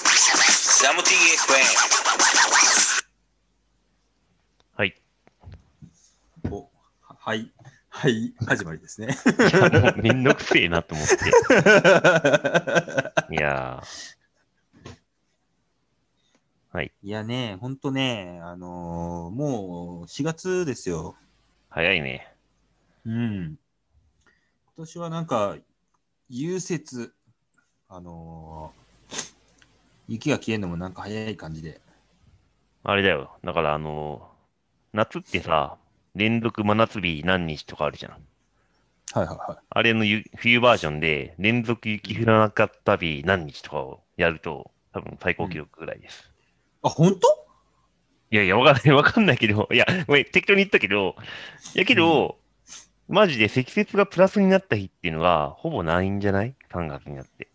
ジャムティーはい。お、ははい、はい、始まりですね。いや、もうめんどくせえなと思って。いやー。はい。 いやね、ほんとね、あのーもう4月ですよ。早いね。うん。今年はなんか、融雪、あのー雪が消えるのもなんか早い感じで。あれだよ。だから、あのー夏ってさ、連続真夏日何日とかあるじゃん。はいはいはい。あれのゆ冬バージョンで、連続雪降らなかった日何日とかをやると、多分最高記録ぐらいです。あ、ほんといやいや、わかんない、わかんないけど、いや、ごめん、適当に言ったけど、いやけど、マジで積雪がプラスになった日っていうのが、ほぼないんじゃない ?3 月になって。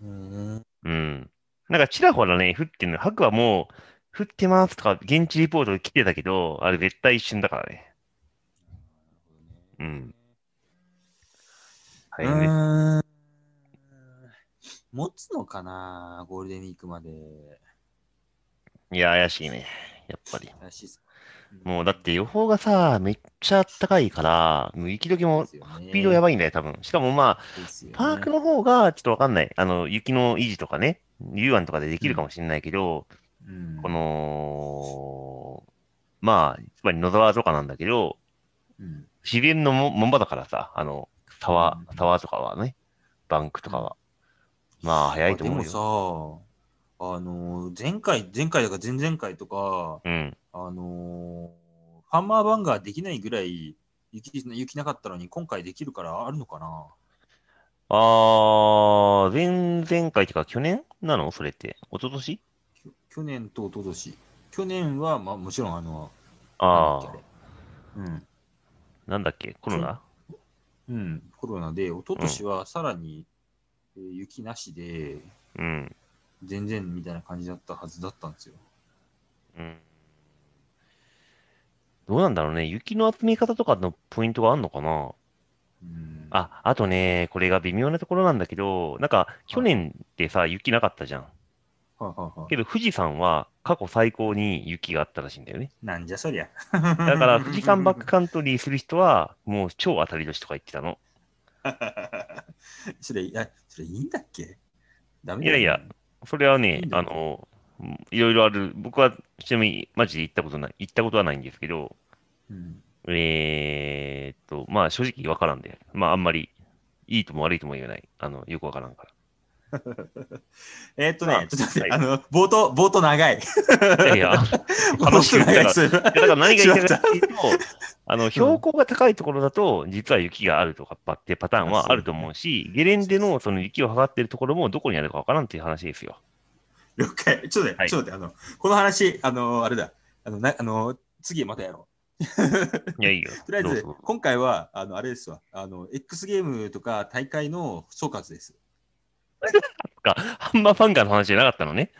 うーん。うん。なんかちらほらね、降ってんの。白はもう、降ってますとか、現地リポートで来てたけど、あれ絶対一瞬だからね。うん。大変です。うーん持つのかなゴールデンウィークまで。いや、怪しいね。やっぱり。らしいっすもうだって予報がさ、めっちゃあったかいから、もう雪解けも、スピードやばいんだよ、多分。しかもまあ、ですよねパークの方がちょっとわかんない。あの、雪の維持とかね、遊湾とかでできるかもしれないけど、うんこの、まあ、つまり野沢とかなんだけど、うん自然のもまんまだからさ、あの、沢うん、沢とかはね、バンクとかは。まあ、早いと思うあよ。でもさ、あのー前回、前回だか前々回とか、うん。あのーファンマーバンガーできないぐらい雪雪なかったのに、今回できるからあるのかなあー、前々回っていうか、去年なのそれって。一昨年きょ去年と一昨年去年は、まあ、もちろんあの、あなんだっけ、ーあれうんなんだっけ、コロナうん、コロナで、一昨年はさらに、えー雪なしで、うん。全然みたいな感じだったはずだったんですよ。うん。どうなんだろうね。雪の集め方とかのポイントがあんのかなうん、あ、あとね、これが微妙なところなんだけど、なんか、去年ってさ、雪なかったじゃん。はははけど、富士山は過去最高に雪があったらしいんだよね。なんじゃそりゃ。だだから、富士山バックカントリーする人は、もう超当たり年とか言ってたの。それ、いや、それいいんだっけダメいやいや。それはねいい、ねあの、いろいろある。僕は、ちなみに、マジで行ったことない、行ったことはないんですけど、うん。えーっと、まあ、正直わからんで、まあ、あんまり、いいとも悪いとも言えない。あの、よくわからんから。えーっとまあね、ちょっと待って、はいあの、冒頭、冒頭長い。いやいや、楽しく冒頭長いで す。いやだから何が言いたいかってい うと、あの、標高が高いところだと、実は雪があるとかってパターンはあると思うし、ゲレンデのその雪を測ってるところもどこにあるかわからんっていう話で すよ。了解。ちょっと待っはて、いちょっと待って、あの、この話、あの、あれだ。あの、なあの次またやろいや、いいよ。う。とりあえずどうぞ、今回は、あの、あれですわ。あの、X ゲームとか大会の総括です。か、 ハンマーファンガーの話じゃなかったのね。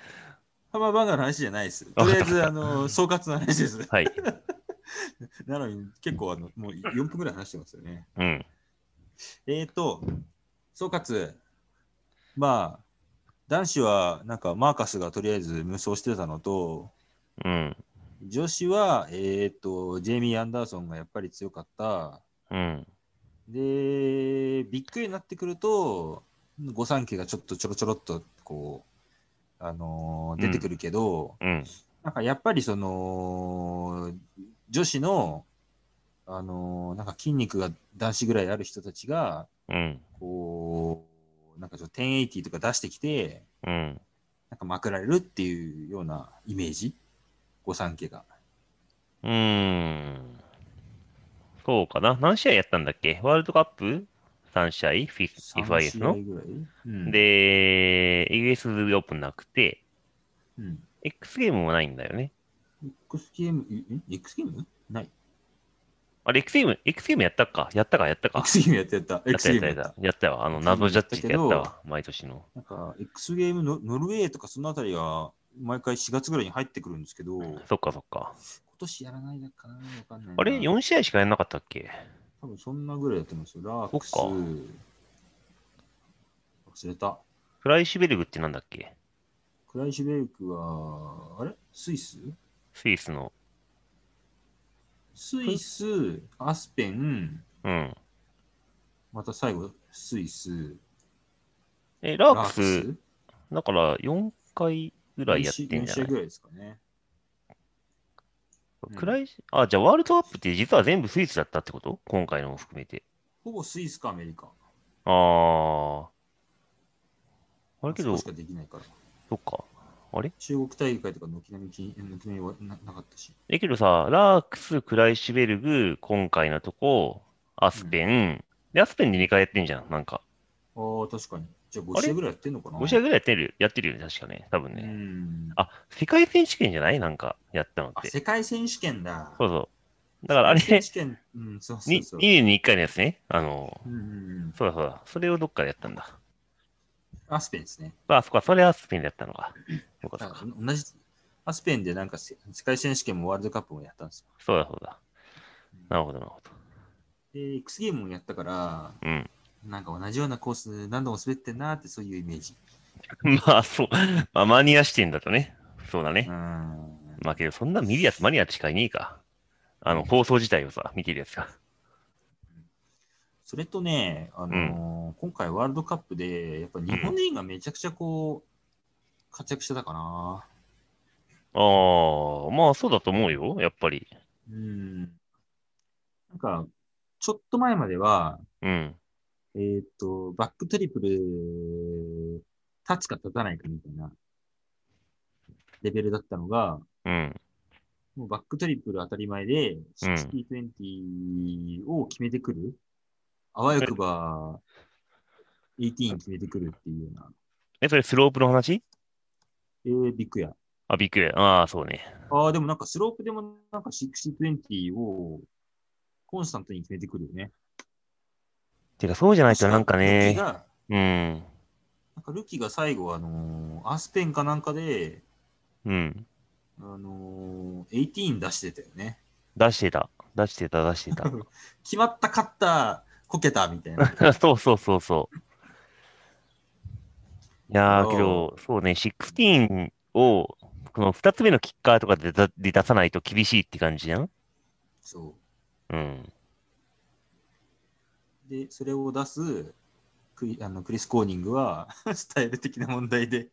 ハンマーバンガーの話じゃないです。わとかっりたあえず、わあの、総括の話です。はい。なのに、結構、あの、もう4分ぐらい話してますよね。うん。えーと、総括、まあ、男子はなんかマーカスがとりあえず無双してたのと、うん。女子は、えー、とジェイミー・アンダーソンがやっぱり強かった。うん。で、ビッグ A になってくると、御三家がちょっとちょろちょろっとこう、あのー出てくるけど、うん。なんかやっぱりその、女子の、あのーなんか筋肉が男子ぐらいある人たちが、うん。こう、なんかちょっと1080とか出してきて、うん。なんかまくられるっていうようなイメージ、御三家が。うーん。そうかな。何試合やったんだっけワールドカップ ?3 試合フィス3 ?FIS 試合の。ぐらい、うん、で、US オープンなくて、うん、 X ゲームもないんだよね。 X ゲーム、ええ X ゲームない。あれ、X ゲーム、X ゲームやったかやったかやったか X ゲームやってやった。やった X ゲーやったムややっったた。。やったわ。あの、 X ゲーム謎ジャッジってやったやったわ。毎年の。なんか、X ゲームの、ノルウェーとかそのあたりが、毎回4月ぐらいに入ってくるんですけど、今そっかそっか。年やらないだっかな、わかんないな。あれ、4試合しかやんなかったっけ多分そんなぐらいやってますよ。ラークス。そっか忘れた。フライシュベルグってなんだっけククライシュベルクは、あれスイススイスの。スイス、アスペン、うん。また最後、スイス、え、ラークス、ラークだから4回ぐらいやってん4じゃ試合ないぐらいですかね。うんクライシあ、じゃあワールドカップって実は全部スイスだったってこと今回のも含めて。ほぼスイスかアメリカ。ああ。あれけあど、そこそしかできないから。っか。あれ中国大会とか軒並みき、軒並みはななかったし。え、けどさ、ラークス、クライシュベルグ、今回のとこ、アスペン、で、アスペンで2回やってんじゃん、なんか。ああ、確かに。じゃあ5試合ぐらいやってんのかな5試合ぐらいやってる、やってるよね、確かね、多分うね。ん。あ、世界選手権じゃないなんか、やったのっあ、て。世界選手権だ。そうそう。だからあれ、世界に選手権、うん、そうそう2そう。年に1回のやつね。あの、うんうんうん、そうだそうだ。それをどっかでやったんだ。アスペンですね。あ、そっか、それはスペインでやったのか。よかったあよかった。同じ、アスペンでなんかせ世界選手権もワールドカップもやったんですよ。そうだそうだ。なるほど、なるほど。で、X ゲームもやったから、うん。なんか同じようなコース何度も滑ってんなってそういうイメージ。 まあ、そう。まあ、マニア視点だとね。そうだねう。ん。まあ、けど、そんな見るやつ、マニアってしかいねえか。あの、放送自体をさ、見てるやつが。それとね、あのー今回ワールドカップで、やっぱ日本人がめちゃくちゃこう、活躍してたかな。ああ、まあ、そうだと思うよ、やっぱり。うん。なんか、ちょっと前までは、うん。えーっ、と、バックトリプル、立つか立たないかみたいなレベルだったのが、うん。もうバックトリプル当たり前で、60-20を決めてくる、あわよくば、18決めてくるっていうような、え、それスロープの話えー、ビッグや。あ、びっくり。ああ、そうね。ああ、でもなんかスロープでもなんか60-20をコンスタントに決めてくるよね。てか、そうじゃないとなんかルキね。がうん。なんかルキが最後、あのーアスペンかなんかで、うん。あのー、18出してたよね。出してた。出してた、出してた。決まった、勝った、こけたみたい な。そうそうそうそう。いやあー、ーけど、そうね、16を、この2つ目のキッカーとかで出で出さないと厳しいって感じじゃんそうん。う。で、それを出すクリあのクリス・コーニングは、 スタイル的な問題で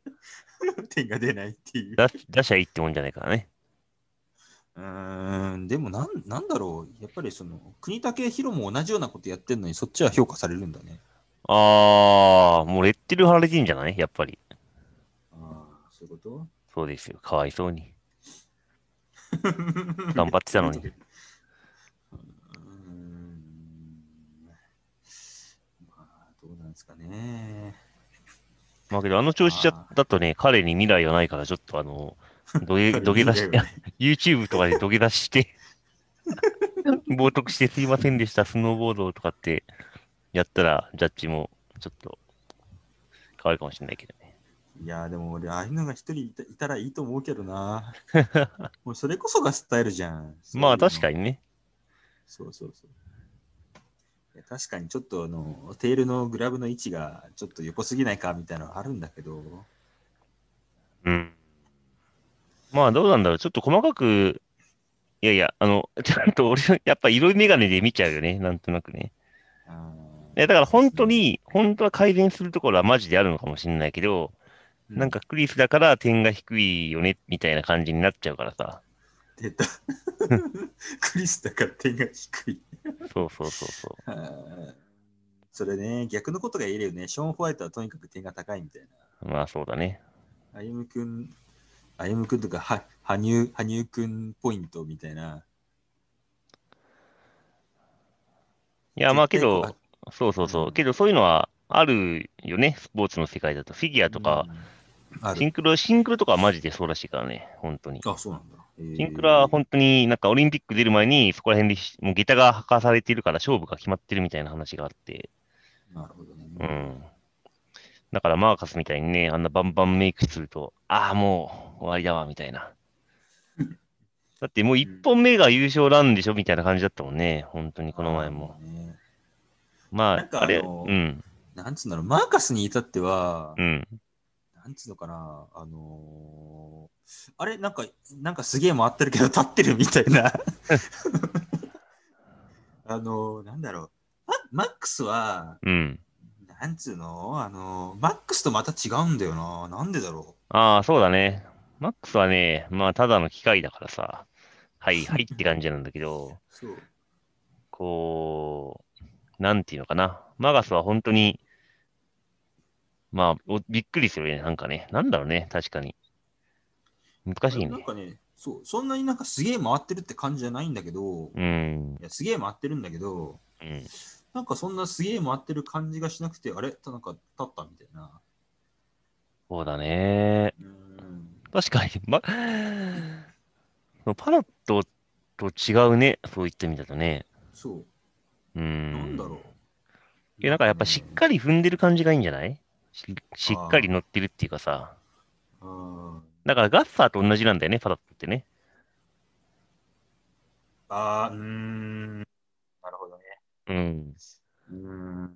点が出ないっていう。出し出しゃいいってもんじゃないからね。うーん、でもなん、なんだろう。やっぱりその、国武宏も同じようなことやってるのに、そっちは評価されるんだね。あー、もうレッテル貼られてんじゃないやっぱり。ああ、そういうこと そうですよ。かわいそうに。頑張ってた のに。うーんまあ、どうなんですかね。まあけど、あの調子じゃあだとね、彼に未来はないから、ちょっとあの、土 下土下座して、YouTube とかで土下座して、冒涜してすいませんでした、スノーボードとかってやったら、ジャッジもちょっと変わるかもしれないけどね。いや、でも俺、ああいうのが一人いたいたらいいと思うけど な。もうそれこそがスタイルじゃん。まあ確かに。にね。そうそうそう。いや確かにちょっとあのテールのグラブの位置がちょっと横すぎないかみたいなのはあるんだけど、うん。まあどうなんだろう。ちょっと細かく、いやいや、あの、ちゃんと俺、やっぱ色い眼鏡で見ちゃうよね、なんとなくね。あいやだから本当に、本当は改善するところはマジであるのかもしれないけど、ーなんかクリスだから点が低いよね、みたいな感じになっちゃうからさ。出た クリスだから点が低いそうそうそうそう。あーそれね、逆のことが言えるよね。ショーン・ホワイトはとにかく点が高いみたいまあそうだね。な。歩夢君、歩夢君とか、は羽生、羽生君ポイントみたいな。いや、まあけ絶対こうど、、そうそうそうう。んけどそういうのはあるよね、スポーツの世界だと。フィギュアとか、うんあシる。ンクロ、シンクロとかはマジでそうらしいからね、本当に。あ、そうなんだ。えーシンクロは本当になんかオリンピック出る前にそこら辺でしもう下駄が履かされてるから勝負が決まってるみたいな話があって。なるほどね。うん。だからマーカスみたいにね、あんなバンバンメイクすると、ああ、もう終わりだわ、みた いな。だってもう一本目が優勝ランでしょみたいな感じだったもんね、本当にこの前も。あーねまなんあ、かあれ、あのうん、なんつうんだろう、マーカスに至ってはう、ん。なんつうのかな、あのーあれ、なんか、なんかすげえ回ってるけど立ってるみたい な。あのーなんだろう。ママックスは、うん。なんつうのあのーマックスとまた違うんだよな。なんでだろああ、そうだね。マックスはね、まあ、ただの機械だからさ、はい、はいって感じなんだけどう。、そう。こう、なんていうのかな。マガスは本当に、まあ、おびっくりするよね。なんかね、なんだろうね、確かに。難しいなんね。かね、そう、そんなになんかすげえ回ってるって感じじゃないんだけど、ういん、やすげえ回ってるんだけど、うん。なんかそんなすげえ回ってる感じがしなくて、あれなんか立ったみたいな。そうだね。うーん。確かに、 ま、パロットと違うね。そう言ってみたとね。そうう。ん。なんだろう。いや、なんかやっぱしっかり踏んでる感じがいいんじゃないししっかり乗ってるっていうかさ。り。うんだからガッサーと同じなんだよね、パロットってね。あーうーん。なるほどね。うん。うーん。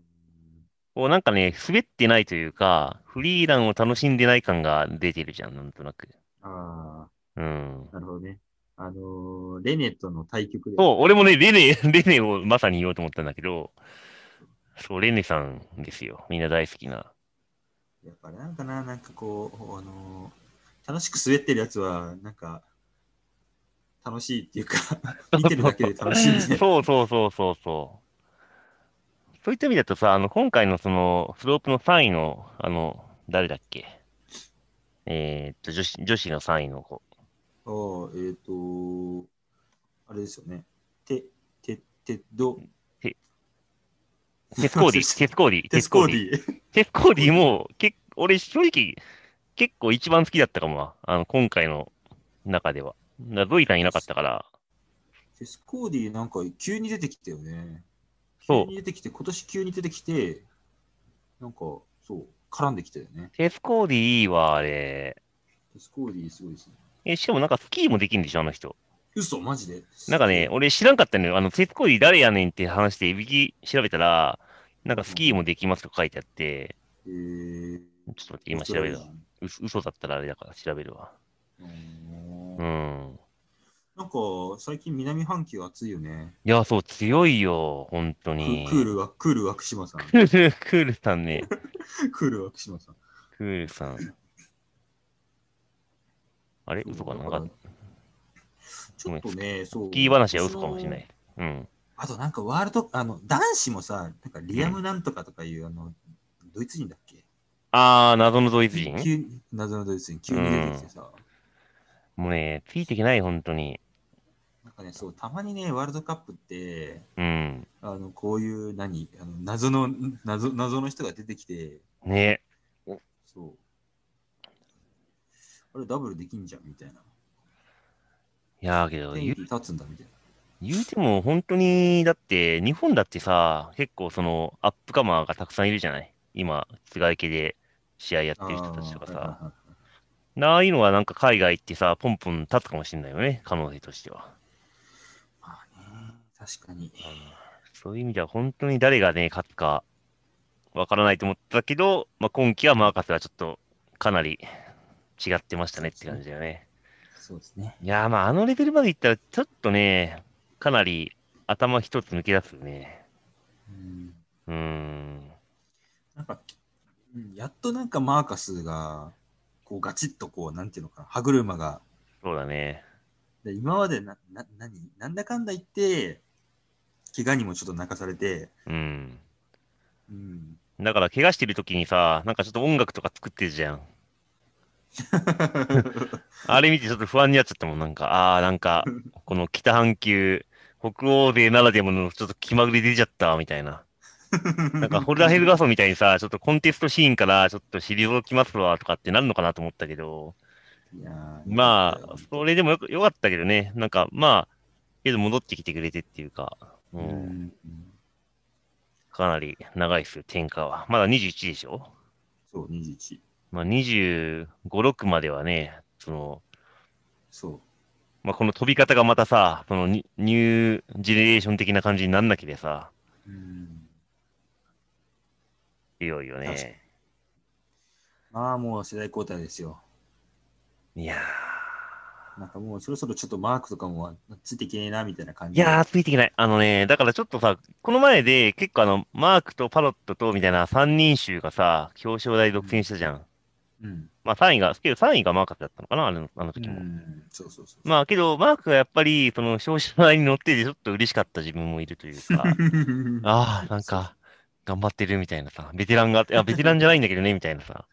こうなんかね、滑ってないというか、フリーランを楽しんでない感が出てるじゃん、なんとなく。あうんあ、。なるほどね。あのーレネットの対局で。そう、俺もね、レネ、 レネをまさに言おうと思ったんだけど、そう、レネさんですよ。みんな大好きな。やっぱなんかな、なんかこう、あのー楽しく滑ってるやつは、なんか、楽しいっていうか、 見てるだけで楽しいみたいな。そうそうそうそうそう。そういった意味だとさ、あの、今回のその、スロープの3位の、あの、誰だっけえーっと、女子、女子の3位の子。あーえっ、とあれですよね。て、て、て、ど、テスコーディ、そうテスコーディ、テスコーディ。ィ。テスコーディも、け俺正直、結構一番好きだったかもな。あの、今回の中では。だからゾイさんいなかったから、テスコーディなんか急に出てきたよね。そ急うに出てきて、今年急に出てきて、なんか、そう、絡んできたよね。テスコーディはあれ、テスコーディすごいですね。え、しかもなんかスキーもできるんでしょ、あの人。嘘、マジで。なんかね、俺知らんかったのよ。あの、テスコーディ誰やねんって話して、いびき調べたら、なんかスキーもできますとか書いてあって、えー、ちょっと待って、今調べるたわ。う嘘だったらあれだから調べるわ。うなんか、ん。最近南半球暑いよね。いや、そう、強いよ、本当クに。クールは、クールは福島さん。 クール、 クールさんね。クールは福島さん。クールさん。あれ嘘かなだなんらか、ちょっとね、そう。スキー話は嘘かもしれない。うん。あとなんかワールド、あの、男子もさ、なんかリアムなんとかとかいう、あの、ドイツ人だっけあー、謎のドイツ人急に謎のドイツ人、急に出てきてさ、もうね、ついていけない、本当に。なんかね、そう、たまにね、ワールドカップって、うん。あの、こういう、何、あの謎の、謎、謎の人が出てきて、ね。そう。あれ、ダブルできんじゃん、みたいな。いやーけど、天言気立つんだ、みたいな。言うても本当に、だって、日本だってさ、結構そのアップカマーがたくさんいるじゃない今、津軽系で試合やってる人たちとかさ。あなああいうのはなんか海外行ってさ、ポンポン立つかもしれないよね、可能性としては。ーまあね、確かに。そういう意味では本当に誰がね、勝つかわからないと思ったけど、まあ、今季はマーカスはちょっとかなり違ってましたねって感じだよね。そうですね。いやーまああのレベルまでいったらちょっとね、かなり頭一つ抜け出すよね。うん。うーん。なんか、うんやっとなんかマーカスが、こうガチッとこう、なんていうのかな、歯車が、そうだね。で今までな、な、何なんだかんだ言って、怪我にもちょっと泣かされて、うん。うん。だから怪我してる時にさ、なんかちょっと音楽とか作ってるじゃん。あれ見てちょっと不安になっちゃったもん、なんか、ああ、なんか、この北半球、北欧勢ならでものちょっと気まぐれ出ちゃった、みたいな。なんか、ホルダーヘルガソンみたいにさ、ちょっとコンテストシーンからちょっと退きますわ、とかってなるのかなと思ったけど、いやーまあ、それでもよくよかったけどね、なんか、まあ、けど戻ってきてくれてっていうか、う、うんん、かなり長いっすよ、天下は。まだ21でしょそう、21。まあ、25、6まではね、その、そう。まあ、この飛び方がまたさ、そのニニュージェネレーション的な感じになんなきゃさ、うん強いよ確かにね。まあもう世代交代ですよ。いやなんかもうそろそろちょっとマークとかもついていけねえなみたいな感ー、いじで。やー、ついていけない。あのね、だからちょっとさ、この前で結構あの、マークとパロットとみたいな3人衆がさ、表彰台独占したじゃん。うん。まあ3位が、けど3位がマーカスだったのかな、あのあのう時も。ん。そうそうそう。まあけど、マークがやっぱり、その表彰台に乗ってて、ちょっと嬉しかった自分もいるというか。ああ、なんか、頑張ってるみたいなさ、ベテランがあって、あ、ベテランじゃないんだけどね、みたいなさ。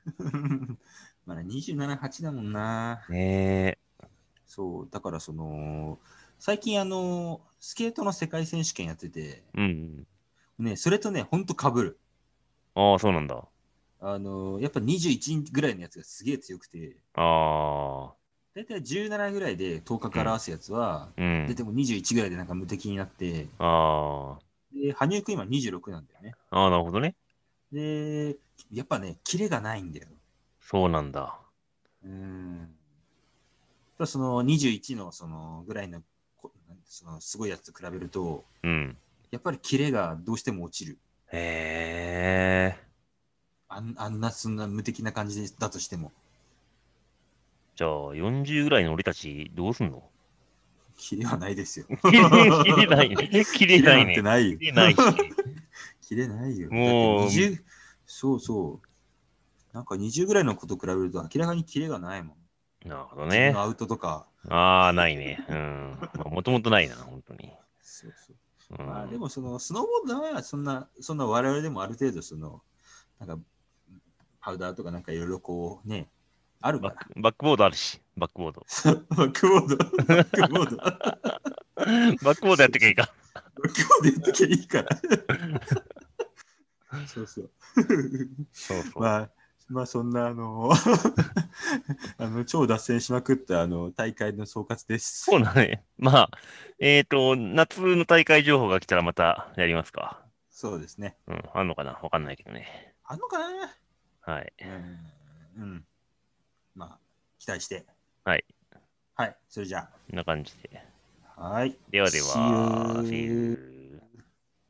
まだ27、8だもんな。ねそう、だからその、最近あの、スケートの世界選手権やってて、え。うんね、それとね、ほんとかぶる。うん。ああ、そうなんだ。ああの、やっぱ21ぐらいのやつがすげえ強くて、あ、だいたい17ぐらいで頭角表すやつは、うでん。でも21ぐらいでなんか無敵になって、あで、羽生くん今26なんだよね。あ、ああ、なるほどね。で、やっぱね、キレがないんだよ。そうなんだ。うん。やっぱその21のそのぐらいの、こなんてそのすごいやつと比べると、うん。やっぱりキレがどうしても落ちる。へえ。あんあんな、そんな無敵な感じだとしても。じゃあ、40ぐらいの俺たち、どうすんのキレはないですよ。切れないね。切れキなレいなんてね。ないよ切。れないし。キレないよ。もうだって20そうそう。なんか20ぐらいの子と比べると明らかにキレがないもん。なるほど自分ねの。アウトとか。ああ、ないね。うん。もともとないな、本当に。そうそううん、まあでもそのスノーボードの場合はそんな、そんな我々でもある程度その、なんかパウダーとかなんかいろいろこうね、あるかバッら。ク、バックボードあるし、バックボード。バックボー ド。バックボード。バッバックボードやってけいいか。クボードやっときゃいい から。そうそう。そうそう。まあ、まあそんなあの あの超脱線しまくったあの大会の総括です。そうだね。 まあ、えっ、と、夏の大会情報が来たらまたやりますか。そうですね。うん、あんのかなわかんないけどね。あんのかなはい。うんうん。まあ、期待して。はい。はい、それじゃこんな感じで。あ。はい。ではでは、 See you. See you.